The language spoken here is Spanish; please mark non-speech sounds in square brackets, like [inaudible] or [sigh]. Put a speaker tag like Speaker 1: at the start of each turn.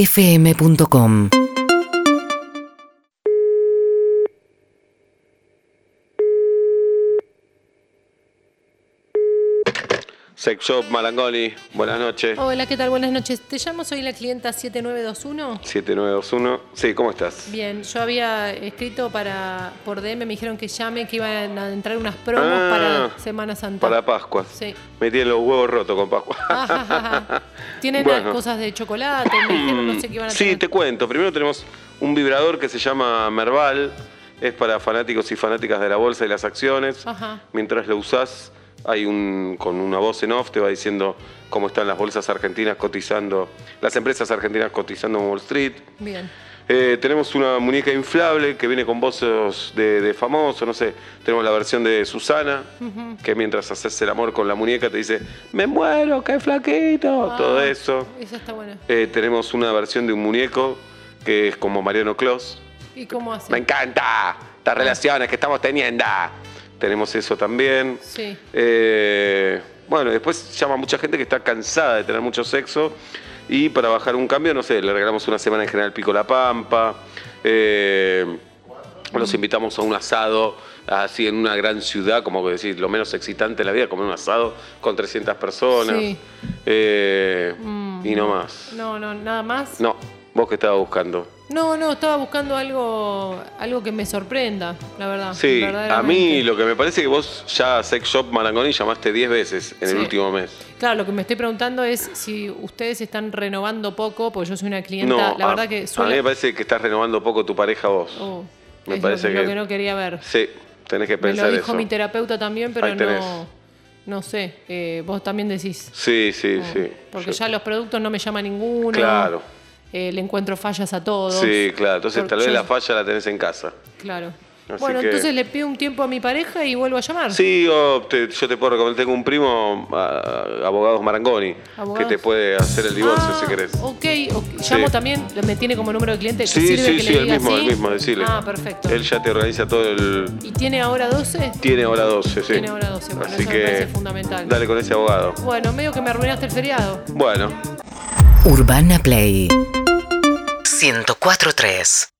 Speaker 1: urbanaplayfm.com
Speaker 2: Sex Shop Malangoli, buenas noches.
Speaker 3: Hola, ¿qué tal? Buenas noches. Te llamo, soy la clienta 7921.
Speaker 2: 7921. Sí, ¿cómo estás?
Speaker 3: Bien, yo había escrito para por DM, me dijeron que llame, que iban a entrar unas promos
Speaker 2: Ah,
Speaker 3: para Semana Santa.
Speaker 2: Para Pascuas.
Speaker 3: Sí. [laughs]
Speaker 2: Me tienen los huevos rotos con Pascua.
Speaker 3: Ajajaja. Tienen
Speaker 2: Bueno.
Speaker 3: las cosas de chocolate, me dijeron, no sé qué van a
Speaker 2: Mm, Sí,
Speaker 3: tener.
Speaker 2: te cuento. Primero tenemos un vibrador que se llama Merval. Es para fanáticos y fanáticas de la bolsa y las acciones.
Speaker 3: Ajá.
Speaker 2: Mientras lo usás, hay un, con una voz en off te va diciendo cómo están las bolsas argentinas cotizando, las empresas argentinas cotizando en Wall Street.
Speaker 3: Bien.
Speaker 2: Eh, tenemos una muñeca inflable que viene con voces de, de famoso, no sé. Tenemos la versión de Susana, que mientras haces el amor con la muñeca te dice, me muero, qué flaquito,
Speaker 3: Ah,
Speaker 2: todo eso.
Speaker 3: Eso está bueno.
Speaker 2: Eh, tenemos una versión de un muñeco que es como Mariano Clos.
Speaker 3: ¿Y cómo hace?
Speaker 2: Me encanta las relaciones que estamos teniendo. Tenemos eso también.
Speaker 3: Sí.
Speaker 2: Eh, bueno, después llama mucha gente que está cansada de tener mucho sexo y para bajar un cambio, no sé, le regalamos una semana en General Pico La Pampa, eh, los invitamos a un asado así en una gran ciudad, como que decir, lo menos excitante de la vida, comer un asado con 300 personas
Speaker 3: Sí.
Speaker 2: Eh,
Speaker 3: Mm.
Speaker 2: y no más.
Speaker 3: No, no, nada más.
Speaker 2: No, vos que estabas buscando.
Speaker 3: No, no, estaba buscando algo algo que me sorprenda, la verdad.
Speaker 2: Sí, a mí
Speaker 3: Ah, verdaderamente.
Speaker 2: lo que me parece que vos ya a Sex Shop Marangoni llamaste 10 veces en el
Speaker 3: Sí.
Speaker 2: último mes.
Speaker 3: Claro, lo que me estoy preguntando es si ustedes están renovando poco, porque yo soy una clienta, la
Speaker 2: a-
Speaker 3: verdad que
Speaker 2: A mí me
Speaker 3: suele...
Speaker 2: parece que estás renovando poco tu pareja vos.
Speaker 3: Oh,
Speaker 2: me
Speaker 3: es
Speaker 2: parece
Speaker 3: lo, lo
Speaker 2: que-
Speaker 3: que no quería ver.
Speaker 2: Sí, tenés que
Speaker 3: Me
Speaker 2: pensar
Speaker 3: lo dijo
Speaker 2: eso.
Speaker 3: mi terapeuta también, pero
Speaker 2: Ahí tenés.
Speaker 3: no, no sé, eh, vos también decís.
Speaker 2: Sí, sí,
Speaker 3: Oh,
Speaker 2: sí.
Speaker 3: Porque
Speaker 2: Yo-
Speaker 3: ya los productos no me llama ninguno.
Speaker 2: Claro.
Speaker 3: eh, le encuentro fallas a todos.
Speaker 2: Sí, claro. Entonces
Speaker 3: Por-
Speaker 2: tal vez
Speaker 3: yo-
Speaker 2: la falla la tenés en casa.
Speaker 3: Claro.
Speaker 2: Así
Speaker 3: bueno,
Speaker 2: que-
Speaker 3: entonces le pido un tiempo a mi pareja y vuelvo a llamar.
Speaker 2: Sí, o te- yo te puedo recomendar, tengo un primo, a- abogados Marangoni, que
Speaker 3: ¿Abogados?
Speaker 2: te puede hacer el divorcio
Speaker 3: Ah,
Speaker 2: si querés.
Speaker 3: Ok, ok. llamo
Speaker 2: Sí.
Speaker 3: también, me tiene como número de cliente.
Speaker 2: Sí,
Speaker 3: ¿Sirve
Speaker 2: sí,
Speaker 3: que
Speaker 2: sí,
Speaker 3: le
Speaker 2: el
Speaker 3: diga
Speaker 2: mismo,
Speaker 3: así?
Speaker 2: el mismo, Eh, decirle.
Speaker 3: Ah, perfecto.
Speaker 2: Él ya te organiza todo el...
Speaker 3: ¿Y tiene ahora 12?
Speaker 2: Tiene hora 12, sí.
Speaker 3: Tiene hora 12, bueno,
Speaker 2: Así
Speaker 3: eso me
Speaker 2: que
Speaker 3: parece fundamental.
Speaker 2: Dale con ese abogado.
Speaker 3: Bueno, medio que me arruinaste el feriado.
Speaker 2: Bueno.
Speaker 1: Urbana Play 104.3